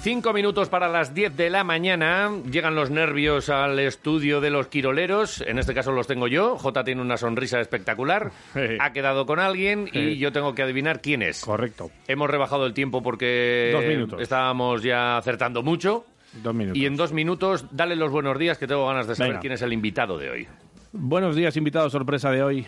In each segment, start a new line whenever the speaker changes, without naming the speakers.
Cinco minutos para las 10 de la mañana. Llegan los nervios al estudio de los quiroleros. En este caso los tengo yo. J tiene una sonrisa espectacular.
Sí.
Ha quedado con alguien y
Sí.
yo tengo que adivinar quién es.
Correcto.
Hemos rebajado el tiempo porque
Dos minutos.
estábamos ya acertando mucho.
Dos minutos.
Y en dos minutos, dale los buenos días que tengo ganas de saber
Venga.
quién es el invitado de hoy.
Buenos días, invitado sorpresa de hoy.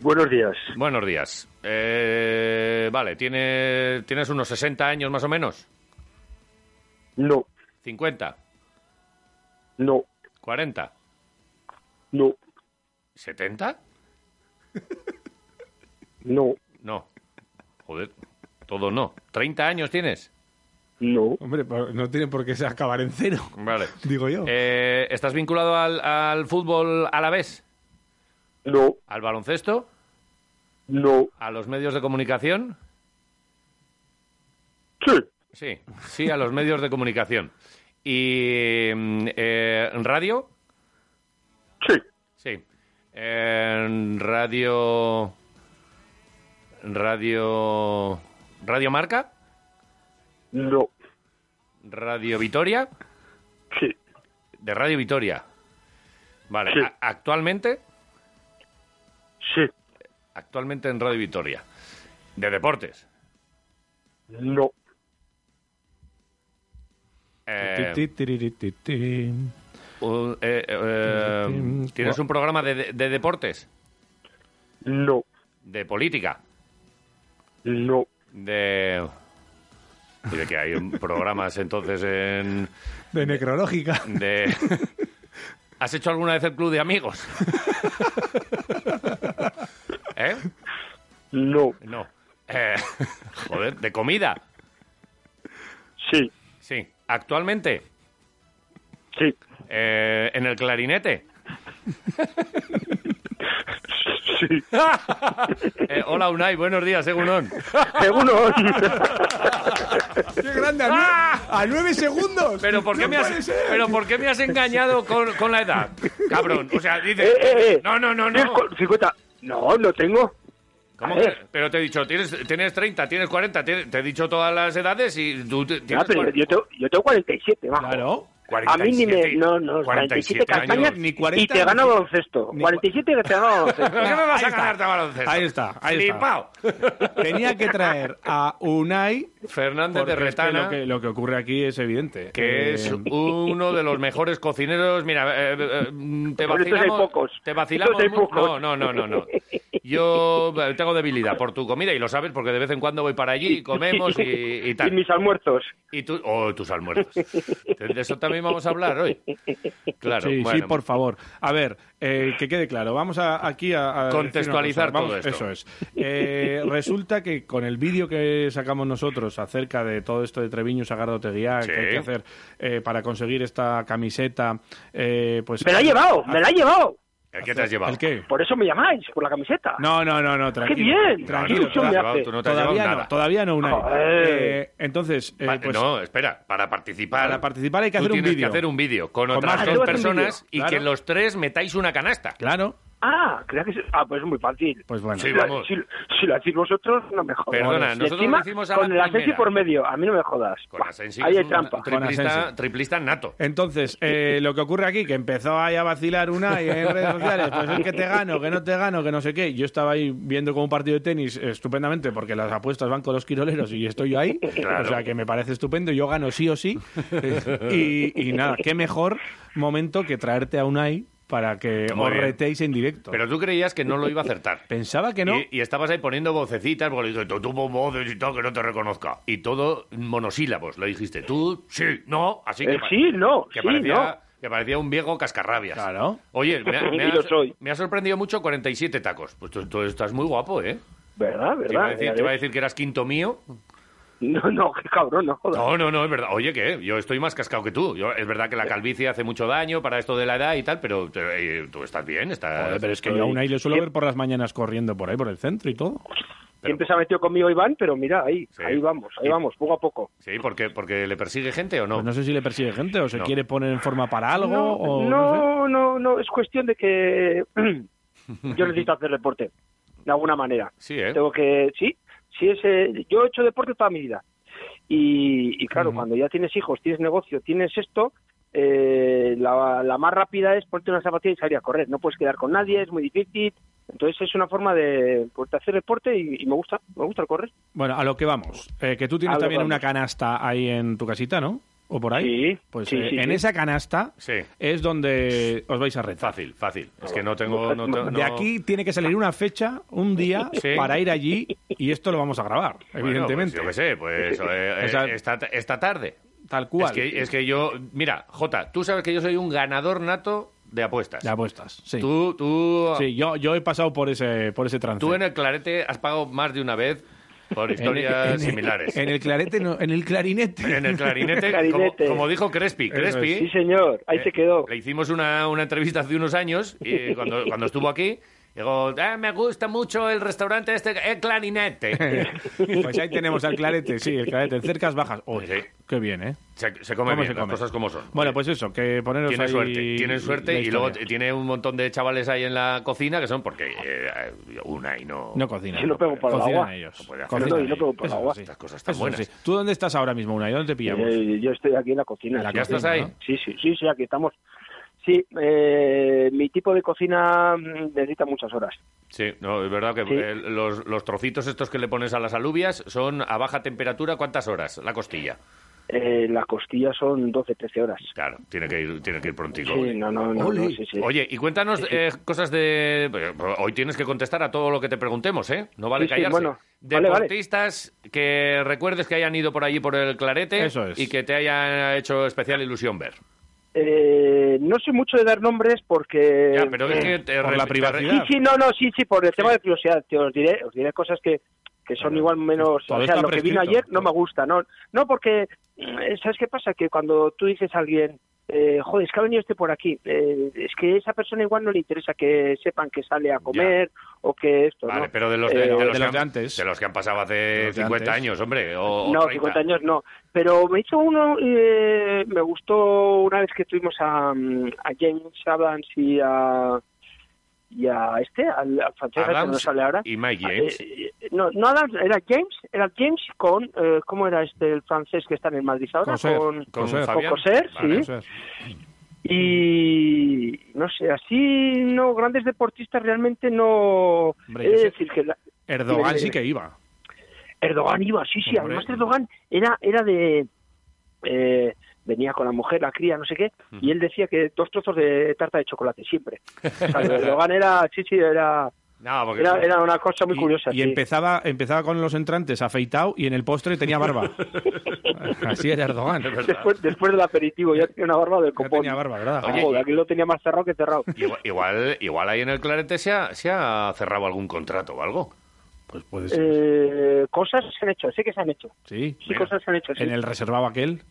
Buenos días.
Buenos días. Eh, vale, tiene, tienes unos 60 años más o menos.
No,
50,
no,
40,
no,
70.
no,
No. Joder, todo no. ¿30 años tienes?
no,
Hombre, no tiene por qué acabar en cero.
Vale.
Digo yo.
Eh, ¿Estás vinculado al, al fútbol a la vez?
no,
¿Al baloncesto?
no.
¿A los medios de comunicación?
Sí,
Sí, sí, a los medios de comunicación. ¿Y mm, eh, radio?
sí,
Sí. Eh, ¿Radio... Radio... ¿Radio Marca?
no,
¿Radio Vitoria?
sí,
De Radio Vitoria. Vale.
Sí.
a- ¿Actualmente?
sí,
Actualmente en Radio Vitoria. De deportes.
no,
Eh,
Ti, ti, ti, ti, ti, ti.
un- eh, eh, ¿Tienes un programa de, de deportes?
no,
¿De política?
no,
¿De...? Oye, que hay un- programas entonces en...
De necrológica.
De... ¿Has hecho alguna vez el club de amigos? ¿Eh?
no,
No. Eh, joder, ¿de comida?
sí,
Sí. ¿Actualmente?
sí,
Eh, ¿En el clarinete?
sí.
Eh, hola, Unai, buenos días, Egunon.
Seguro.
¡Qué grande! ¡A, nueve- a nueve segundos!
¿Pero por, qué
¡No
me
puede
has,
ser!
¿Pero por qué me has engañado con, con la edad? Cabrón, o sea, dices...
Eh, eh, eh.
No, no, no, no.
Cinco- 50. No, lo tengo.
¿Cómo
A ver.
que- Pero te he dicho, tienes, tienes 30, tienes 40, tienes- te he dicho todas las edades y tú te-
Ya,
tienes...
Ah, pero
cuar-
yo, tengo, yo tengo 47, bajo.
Claro.
A mí ni me...
47,
No, no,
47
47 castañas
años.
ni
y
40,
te gano
ni-
baloncesto.
ni-
47 que te gano baloncesto.
¿Pero qué me vas
Ahí
a
está.
ganar de baloncesto?
Ahí está, ahí está.
Flipao.
Tenía que traer a Unai.
Fernández
porque
de
es que
Retana,
lo, que,
que,
lo que ocurre aquí es evidente. Eh,
es uno de los mejores cocineros. Mira, eh, eh, mm, te
Pero estos hay
vacilamos...
pocos.
Te vacilamos...
Estos hay
mu-
pocos.
No, no, no, no, no. Yo eh, tengo debilidad por tu comida y lo sabes porque de vez en cuando voy para allí y comemos y, y
Y
tal.
mis almuerzos.
Y tú, oh, tus almuerzos. De eso también vamos a hablar hoy. Claro,
sí, sí,
bueno.
por favor. A ver, eh, que quede claro. Vamos a, aquí a, a
Contextualizar
decir una cosa.
todo esto.
Eso es. Eh, resulta que con el vídeo que sacamos nosotros acerca de todo esto de Treviño, Sagardo Teguía,
Sí.
que hay que hacer eh, para conseguir esta camiseta, eh, pues...
Me la ha llevado, me la ha llevado.
¿El qué te has llevado?
¿El qué?
Por eso me llamáis, por la camiseta.
No, no, no, no, tranquilo.
bien!
No, no,
Tranquilo,
tú
yo
no
me
te has
tranquilo.
hace.
llevado, tú no te has
todavía,
llevado
no,
nada.
todavía no, Unai.
Joder.
Eh, entonces, eh,
Pa-
pues,
no, espera, para participar.
Para participar hay que
tú
hacer un
tienes
vídeo.
que hacer un vídeo con
Con
otras
más
dos
gente.
personas
Un
y
vídeo,
que
claro.
los tres metáis una canasta.
claro,
Ah, creo que sí. Ah, pues es muy fácil.
pues bueno.
Sí,
Si la-
vamos.
Si, si lo decís vosotros, no me jodas.
Perdona,
Y
nosotros
encima,
lo hicimos a la
Con el Asensi
primera.
por medio, a mí no me jodas.
Con
Buah,
Asensi
Ahí
es
hay
un
trampa.
Con
Triplista,
Asensi.
triplista nato.
Entonces, eh, lo que ocurre aquí, que empezó ahí a vacilar una y en redes sociales, pues es que te gano, que no te gano, que no sé qué. Yo estaba ahí viendo como un partido de tenis estupendamente porque las apuestas van con los quiroleros y estoy yo ahí.
Claro.
O sea, que me parece estupendo, yo gano sí o sí. Y, y nada, qué mejor momento que traerte a Unai para que
Muy
os
bien.
retéis en directo.
Pero tú creías que no lo iba a acertar.
Pensaba que no.
Y, y estabas ahí poniendo vocecitas, porque le dijiste, tú pon voces y todo, que no te reconozca. Y todo monosílabos, lo dijiste. Tú, sí, no, así que...
Eh,
pa-
sí, no,
que
sí,
parecía
no.
que parecía un viejo cascarrabias.
Claro.
Oye, me ha, me
Y
ha-
lo soy.
me ha sorprendido mucho 47 tacos. Pues tú, tú estás muy guapo, ¿eh?
¿Verdad?
Te iba, a
¿Verdad?
decir, te iba a decir que eras quinto mío.
No, no, qué cabrón, no jodas.
No, no, no, es verdad. Oye, que yo estoy más cascado que tú. Yo- es verdad que la calvicie hace mucho daño para esto de la edad y tal, pero eh, tú estás bien, estás...
Joder, pero es que yo aún ahí le suelo ver por las mañanas corriendo por ahí, por el centro y todo.
Siempre se ha metido conmigo Iván, pero mira, ahí,
Sí.
ahí vamos, ahí
Y-
vamos, poco a poco.
Sí, porque, porque le persigue gente o no.
Pues no sé si le persigue gente o se
No.
quiere poner en forma para algo
no,
o no sé.
no, no, no, es cuestión de que yo necesito hacer deporte, de alguna manera.
Sí, ¿eh?
Tengo que, sí, sí es, eh, yo he hecho deporte toda mi vida. Y, y claro,
Ujú.
cuando ya tienes hijos, tienes negocio, tienes esto, eh, la, la más rápida es ponerte una zapatilla y salir a correr. No puedes quedar con nadie, es muy difícil. Entonces es una forma de, pues, de hacer deporte y, y me gusta, me gusta el correr.
Bueno, a lo que vamos. Eh, que tú tienes
A lo
también
vamos.
una canasta ahí en tu casita, ¿no? ¿O por ahí?
Sí,
Pues
sí,
eh,
sí,
en
sí.
esa canasta
Sí.
es donde os vais a rezar.
Fácil, fácil. Es que no tengo... No, te-
eh, De
no-
aquí tiene que salir una fecha, un día,
Sí.
para ir allí y esto lo vamos a grabar,
Bueno,
evidentemente.
pues yo qué sé, pues eh,
O sea-
eh, esta, esta tarde.
Tal cual.
Es que, eh, es que yo... Mira, Jota, tú sabes que yo soy un ganador nato de apuestas.
De apuestas, sí.
Tú, tú,
Sí, yo, yo he pasado por ese, por ese trance.
tú en el clarete has pagado más de una vez por historias
en el-
similares.
En el clarete, no, en el clarinete.
En el clarinete,
Clarinete.
Como, como dijo Crespi,
Eso
Crespi,
es.
Sí, señor, ahí se quedó.
Eh, le hicimos una, una entrevista hace unos años, y cuando, cuando estuvo aquí, digo, "Ah, me gusta mucho el restaurante este, el clarinete.
Pues ahí tenemos al clarete, sí, el clarete, en cercas bajas. Oye,
Sí.
qué bien, ¿eh?
Se, se come
¿Cómo
bien,
se
las
come?
cosas como son.
Bueno, pues eso, que poneros
Tiene
ahí
suerte, tiene
la
suerte y luego
historia.
tiene un montón de chavales ahí en la cocina que son porque eh, una y no...
No cocina.
Yo no pego por el
Cocinan
agua.
ellos.
No puede hacer
Cocinan
nada.
ellos.
Yo no pego
por el
Eso
agua.
sí.
Estas cosas tan
Eso
buenas.
sí. ¿Tú dónde estás ahora mismo, Unai? ¿Dónde te pillamos?
Eh, yo estoy aquí en la cocina.
En la
sí,
¿Ya
cocina,
estás ahí?
¿no?
Sí, sí, sí, sí, aquí estamos. Sí, eh, mi tipo de cocina mm, necesita muchas horas.
Sí, no, es verdad que
Sí.
eh, los, los trocitos estos que le pones a las alubias son a baja temperatura, ¿cuántas horas? La costilla.
Eh, las costillas son 12, 13 horas.
Claro, tiene que ir, tiene que ir prontico.
Sí, no, no, no. no,
Ole.
sí, sí.
¿eh? Oye, y cuéntanos
Sí, sí.
eh, cosas de... eh, Hoy tienes que contestar a todo lo que te preguntemos, ¿eh? No vale
Sí, sí,
callarse.
bueno, vale, vale.
Deportistas que recuerdes que hayan ido por allí por el clarete
Eso es.
y que te haya hecho especial ilusión ver.
Eh, no sé mucho de dar nombres porque... eh,
Ya, pero es que te
por
re-
la
te re-
Sí,
privacidad.
sí, no, no, sí, sí, por el tema de curiosidad. te- os, diré, os diré cosas que, que son igual menos...
Todo
o sea,
está
lo que vino
prescrito.
ayer no me gusta. No, no porque... mm, ¿Sabes qué pasa? Que cuando tú dices a alguien... Eh, joder, es que ha venido este por aquí. eh, es que a esa persona igual no le interesa que sepan que sale a comer o que esto.
Vale,
¿no?
pero de los, de,
Eh,
los,
de
que
los
han-
de antes.
De los que han pasado
De
hace
los de
50
antes.
años, hombre. O, o
No,
30.
50 años no. Pero me hizo uno, eh, me gustó una vez que tuvimos a, mm, a James Adams y a, y a este, al, al francés al que no
Adams
sale ahora.
y Mike
Eh,
James.
eh, no, no Adams, era James, era James con, eh, ¿cómo era este, el francés que está en el Madrid ahora?
Coser.
Con,
Con
Coser.
Fabián.
Coser,
Vale.
sí. Y no sé, así no, grandes deportistas realmente no.
Hombre,
he de
yo sé.
decir que la- Eh,
Erdogan sí que iba.
Erdogan iba, sí, sí,
Hombre.
además Erdogan era, era de... eh, venía con la mujer, la cría, no sé qué, y él decía que dos trozos de tarta de chocolate, siempre. O sea, Erdogan era, sí, sí, era,
No, porque-
era, era una cosa muy
Y-
curiosa.
Y,
sí.
empezaba, empezaba con los entrantes afeitado y en el postre tenía barba. Así era Erdogan.
Es verdad.
Después, después del aperitivo, ya tenía una barba del
Ya
copón. Ah,
tenía barba, ¿verdad?
Oye,
Joder, aquí lo tenía más cerrado que cerrado.
Igual, igual, igual ahí en el Clarete se ha, se ha cerrado algún contrato o algo.
Pues puede ser.
Eh, cosas se han hecho, sé que se han hecho.
sí.
Sí,
Mira,
cosas se han hecho. sí. Mm,
En el reservado aquel.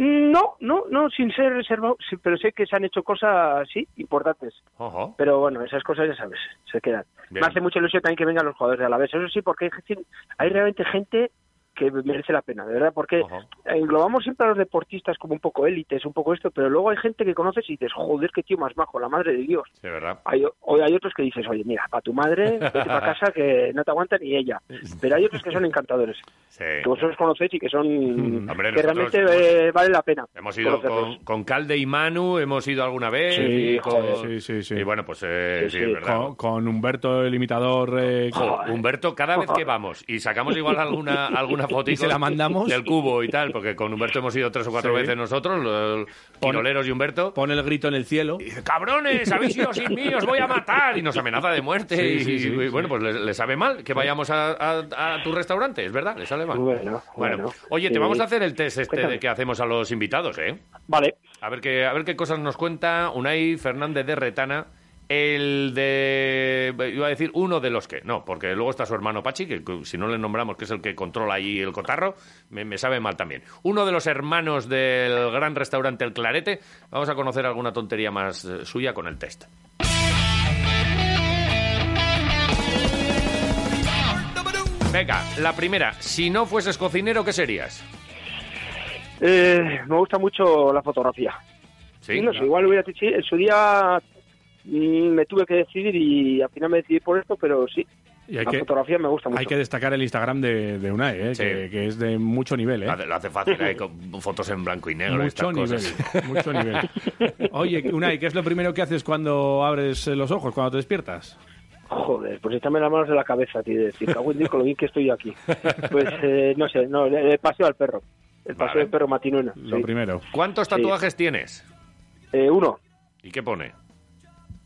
No, no, no, sin ser reservado, sí, pero sé que se han hecho cosas, sí, importantes.
Ojo.
Pero bueno, esas cosas ya sabes, se quedan.
Bien.
Me hace mucha ilusión también que vengan los jugadores de Alavés. Eso sí, porque hay, gente- hay realmente gente que merece la pena, de verdad, porque
Ajá.
englobamos siempre a los deportistas como un poco élites, un poco esto, pero luego hay gente que conoces y dices, joder, qué tío más bajo, la madre de Dios.
Sí, verdad.
Hay, hoy hay otros que dices, oye, mira, para tu madre, vete para casa que no te aguanta ni ella. Pero hay otros que son encantadores,
Sí.
que vosotros conocéis y que son.
Hombre,
que
nosotros
realmente eh, vale la pena.
Hemos ido
conocerlos.
con, con Calde y Manu, hemos ido alguna vez.
Sí,
y con-
joder, sí, sí, sí.
Y bueno, pues eh,
Sí,
sí,
sí.
es verdad.
Con, con Humberto, el imitador. eh,
Jo, Humberto, cada vez que vamos y sacamos igual alguna, alguna fotico
Y se la mandamos.
del cubo y tal, porque con Humberto hemos ido tres o cuatro
Sí.
veces nosotros, los quiroleros y Humberto.
Pone el grito en el cielo.
Y dice, cabrones, habéis sido sin mí, os voy a matar. Y nos amenaza de muerte.
Sí,
y,
sí, sí,
y,
sí.
bueno, pues le, le sabe mal que vayamos a, a- a tu restaurante, es verdad, le sale mal.
Bueno, bueno, Eh,
oye, te
sí.
Eh,
vamos a hacer el test este
Cuéntame.
de que hacemos a los invitados, ¿eh?
Vale,
A ver, qué, a ver qué cosas nos cuenta Unai Fernández de Retana, el de... iba a decir uno de los que... No, porque luego está su hermano Pachi, que si no le nombramos que es el que controla ahí el cotarro, me, me sabe mal también. Uno de los hermanos del gran restaurante El Clarete. Vamos a conocer alguna tontería más eh, suya con el test. Venga, la primera. Si no fueses cocinero, ¿qué serías?
Eh, me gusta mucho la fotografía.
Sí,
no sé, igual hubiera sí, en su día mm, me tuve que decidir y al final me decidí por esto, pero sí,
Y hay
la
que,
fotografía me gusta mucho.
hay que destacar el Instagram de, de Unai, ¿eh?
Sí.
que, que es de mucho nivel. ¿eh?
Lo hace- Lo hace fácil, hay con fotos en blanco y negro. y
Mucho
estas
nivel,
cosas.
mucho nivel. Oye, Unai, ¿qué es lo primero que haces cuando abres eh, los ojos, cuando te despiertas?
Joder, pues échame las manos de la cabeza, tío. de Decir, cago en Dios, con lo bien que estoy yo aquí. Pues eh, no sé, no, el el paseo al perro. El paseo
Vale.
del perro matinuna.
Lo
sí.
primero.
¿Cuántos tatuajes tienes?
Eh, uno,
¿Y qué pone?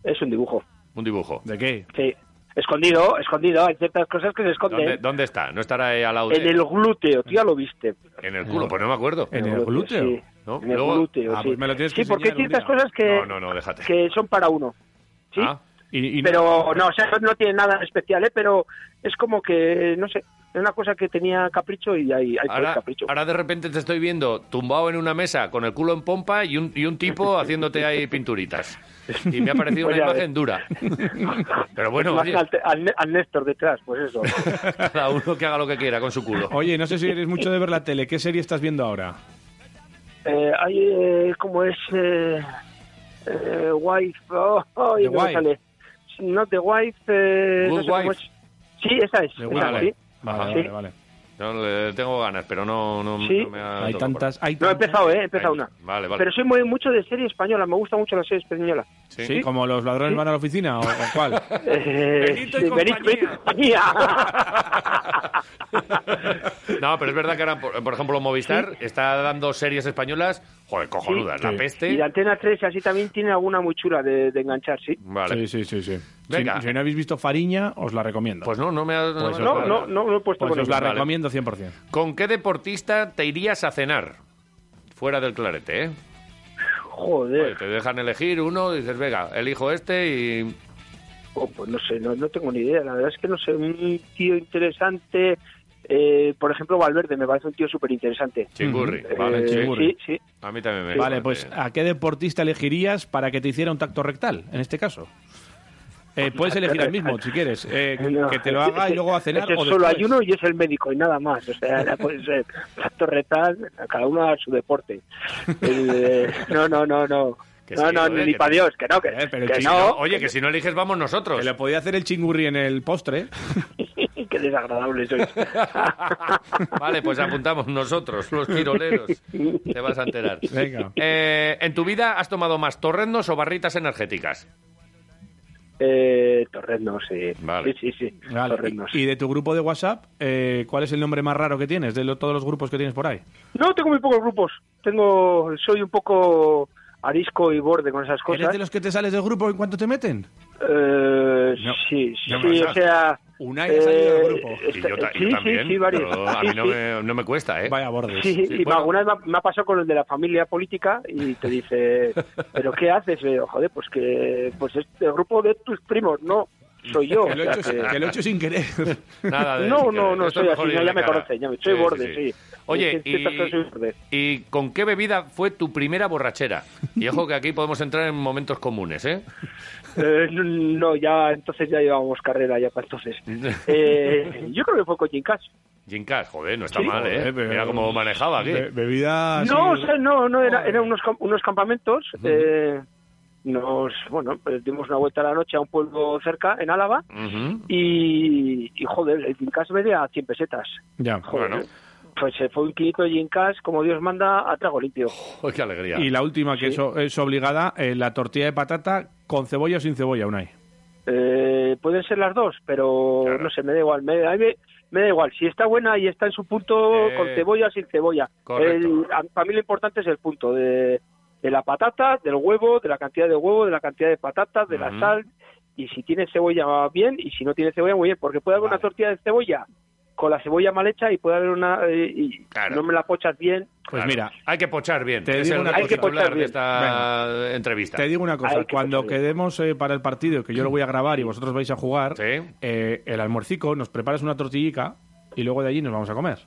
es un dibujo.
Un dibujo.
¿De qué?
Sí. Escondido, escondido. Hay ciertas cosas que se
¿Dónde,
esconden.
dónde está? ¿No estará ahí al lado de-
En el glúteo, tío, ya lo viste.
en el culo? Pues no me acuerdo.
En el glúteo,
Sí.
¿no?
En el
Luego-
glúteo,
Ah,
sí.
pues me lo tienes que
sí, porque hay
enseñar un
ciertas
día.
cosas que,
No, no, no, déjate.
que son para uno. Sí.
Ah,
Y, y no-
Pero no, o sea, no tiene nada especial, ¿eh? Pero es como que, no sé, es una cosa que tenía capricho y ahí hay
ahora,
capricho.
ahora de repente te estoy viendo tumbado en una mesa con el culo en pompa y un, y un tipo haciéndote ahí pinturitas. Y me ha parecido
Pues
una
ya ves. Pues
imagen dura. Pero bueno,
Más
oye,
al, al Ne- al Néstor detrás, pues eso.
cada uno que haga lo que quiera con su culo.
Oye, no sé si eres mucho de ver la tele. ¿Qué serie estás viendo ahora?
Eh, hay, eh, ¿cómo es? Eh, eh, wife. Oh, oh,
The
no me
Wife.
sale. No, The Wife. eh, no
Good
sé cómo
Wife.
es. Sí, esa es.
De
esa,
Wimbledon.
sí.
Vale,
Ah, Ajá.
vale,
Sí.
vale.
No, le tengo ganas, pero no, no,
Sí.
Ah, no me ha
Hay
tocado
tantas. Hay
No, he
tantas-
empezado, ¿eh? He empezado
Ahí.
una.
Vale, vale.
Pero soy muy mucho de serie española. Me gusta mucho la serie española.
Sí.
Sí, como los ladrones van a la oficina o o cuál.
Eh,
Benito y
sí, Benito-
compañía.
Benito y compañía.
No, pero es verdad que ahora, por, por ejemplo, Movistar está dando series españolas, joder, cojonudas,
Sí.
La
Sí.
Peste.
y la Antena 3 así también tiene alguna muy chula de, de enganchar, sí.
Vale.
Sí, sí, sí. sí. Si-
Venga.
Si, no habéis visto Fariña, os la recomiendo.
Pues no, no me ha... no
Pues
me ha
No,
cuadrado.
no, no, no he puesto
Pues
con
os la
ello.
vale.
recomiendo 100%.
¿Con qué deportista te irías a cenar? Fuera del clarete, ¿eh? Oye,
Joder,
te dejan elegir uno, dices, venga, elijo este y...
oh, pues no sé, no, no tengo ni idea. La verdad es que no sé, un tío interesante. eh, por ejemplo, Valverde me parece un tío súper interesante.
Chingurri.
Ujú.
Vale,
Eh,
sí.
Chingurri.
sí, sí.
A mí también me
Vale, pues ¿a qué deportista elegirías para que te hiciera un tacto rectal, en este caso? Eh, puedes elegir al mismo, si quieres. Eh, que-
No.
que te lo haga y luego a cenar
Es que
o
solo
después.
hay uno y es el médico y nada más. O sea, no puede ser. Tanto retal, cada uno a su deporte. El, eh, no, no, no, no.
Que
no,
sí,
no,
joder,
ni
que
para
te-
Dios, que no, que,
Eh, pero
que
sí,
no.
Oye, que si no eliges, vamos nosotros.
Que le podía hacer el chingurri en el postre.
Qué desagradable sois.
Vale, pues apuntamos nosotros, los tiroleros. Te vas a enterar.
Venga.
Eh, ¿En tu vida has tomado más torrendos o barritas energéticas?
Eh, Torrendos, sí.
Vale.
Sí, sí, sí.
Vale.
Torrendos.
Y de tu grupo de WhatsApp, eh, ¿cuál es el nombre más raro que tienes de lo- todos los grupos que tienes por ahí?
No, tengo muy pocos grupos. Tengo, soy un poco arisco y borde con esas
¿Eres
cosas.
de los que te sales del grupo en cuanto te meten?
Eh,
No,
sí, sí,
no me
o
pasa.
sea... eh,
Unai ha salido del grupo.
Y yo, ta-
Este,
yo
sí, sí,
también.
sí, varios.
pero a mí
Sí,
no
sí.
me, no me cuesta, ¿eh?
Vaya bordes.
Sí,
Sí,
y
bueno.
alguna vez me ha- me ha pasado con el de la familia política y te dice, ¿pero qué haces? Y yo, joder, pues que pues es el grupo de tus primos, no, soy yo.
Que lo, he
O sea
hecho, sin-
que-
que lo he hecho sin querer.
Nada de
No,
eso,
no,
que-
no,
esto
soy
es
así,
mejor ir
ya
de
me
cara.
conocen, ya me- soy borde, sí.
Oye,
Es que estas cosas soy borde.
y, ¿y con qué bebida fue tu primera borrachera? Y ojo que aquí podemos entrar en momentos comunes, ¿eh?
Eh, no, ya entonces ya llevábamos carrera ya para entonces. Eh, yo creo que fue con Jim Cash.
Gin Cash, joder, no está
Sí.
mal, ¿eh?
Joder, pero-
Mira cómo manejaba aquí.
Be- bebida.
No, o
así-
sea, no, no, era, eran unos, cam- unos campamentos. eh, nos, bueno, pues dimos una vuelta a la noche a un pueblo cerca, en Álava,
Ujú.
y, y, joder, el Gincás media a 100 pesetas.
Ya.
Joder,
Bueno.
pues se fue un kilito de Gincás, como Dios manda, a trago limpio.
Uy, qué alegría.
Y la última, que
Sí.
es o- es obligada, eh, la tortilla de patata con cebolla o sin cebolla, Unai. Pues
Eh, pueden ser las dos, pero
Claro.
no sé, me da igual. Me, a mí me- me da igual. Si está buena y está en su punto,
Eh,
con cebolla, sin cebolla.
correcto.
El- a- para mí lo importante es el punto de, de la patata, del huevo, de la cantidad de huevo, de la cantidad de patatas, de
Ujú.
la sal. Y si tiene cebolla, bien. Y si no tiene cebolla, muy bien. Porque puede haber una
Vale.
tortilla de cebolla con la cebolla mal hecha y puede haber una... eh, y
Claro.
no me la pochas bien.
Pues
Claro,
mira,
hay que pochar bien.
te
es
digo
el
una
gran
cosa. Hay que
titular
pochar
de
bien.
esta entrevista.
te digo una cosa.
Hay que
Cuando
ponerle.
quedemos eh, para el partido, que yo lo voy a grabar y vosotros vais a jugar,
Sí.
eh, el almuercico, nos preparas una tortillica y luego de allí nos vamos a comer.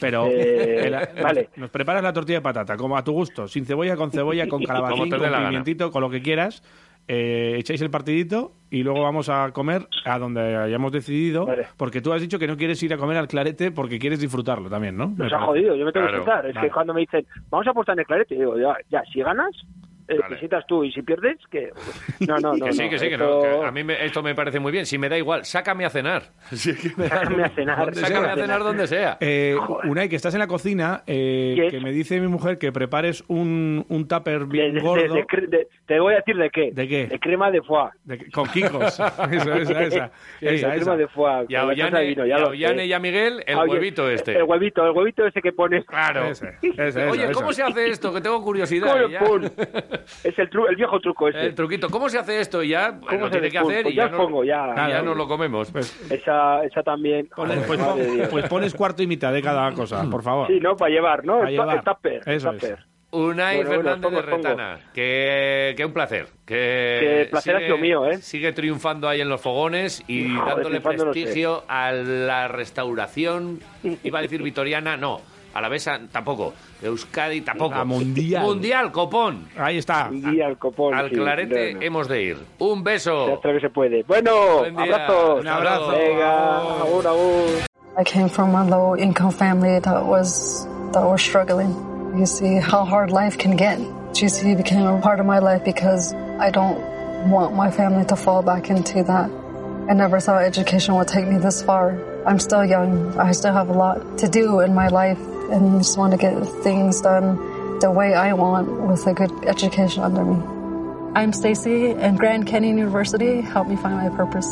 Pero
Eh,
el-
vale.
nos preparas la tortilla de patata, como a tu gusto, sin cebolla, con cebolla, con
Como
calabacín,
te dé
con
la gana.
pimientito, con lo que quieras. eh, echáis el partidito y luego vamos a comer a donde hayamos decidido.
Vale.
Porque tú has dicho que no quieres ir a comer al clarete porque quieres disfrutarlo también, ¿no? Me
Nos ha
parece.
jodido, yo me tengo
Claro,
que sentar. Es
vale.
que cuando me dicen, vamos a apostar en el clarete, digo, ya, ya, si ganas, eh,
Vale.
te sientas tú. Y si pierdes, que... No, no, no.
que sí,
no,
que sí, que no.
esto-
que a mí me- esto me parece muy bien. Si me da igual, sácame a cenar. Si es que me da-
Sácame a cenar.
Sácame a cenar donde sea.
Eh,
Joder.
Unai, que estás en la cocina, eh,
Yes.
que me dice mi mujer que prepares un, un tupper
De-
bien
de-
gordo.
de- de cre- de- te voy a decir de qué.
¿De qué?
De crema de foie.
de- con quicos. esa, esa, esa. esa,
Sí, de
esa.
crema de foie.
Y a
con la salsa
Ollane,
de vino,
y,
ya
a
lo
Ollane
sé.
y a Miguel, el
Ah, oye,
huevito este.
El huevito, el huevito ese que pones.
Claro.
Ese, ese,
Oye,
ese,
¿cómo
ese.
se hace esto? Que tengo curiosidad.
Pum,
y ya.
pum. Es el, tru- el viejo truco ese.
El truquito. ¿Cómo se hace esto? Y ya
¿Cómo
lo
se
tiene que
despul-
hacer
pues
y
ya
ya,
os
no,
pongo, ya.
y ya
Claro.
nos lo comemos.
Pues,
Esa, esa también.
pones,
Joder,
pues
madre de
pon-
Dios.
pues pones cuarto y mitad de cada cosa, por favor.
Sí, ¿no? Para llevar, ¿no?
Para
El tu-
llevar.
el tupper, el
Eso es.
tupper.
Unai
Bueno, bueno,
Fernández
pongo,
de Retana, que, que un placer. Que
Que placer ha
sigue-
sido mío, ¿eh?
Sigue triunfando ahí en los fogones y
Joder,
dándole
triunfando no sé.
prestigio a la restauración, iba a decir vitoriana, no, a la besa tampoco, de Euskadi tampoco.
La mundial.
Mundial, copón.
Ahí está.
Y al copón.
Al
sí,
clarete
no, no.
hemos de ir. Un
Ya
beso.
hasta que se puede. Bueno,
Buen día.
abrazos.
Un abrazo.
Venga, agur, agur.
I came from a low income family that was that was struggling. You see how hard life can get. GC became a part of my life because I don't want my family to fall back into that. I never thought education would take me this far. I'm still young. I still have a lot to do in my life and just want to get things done the way I want with a good education under me. I'm Stacy and Grand Canyon University helped me find my purpose.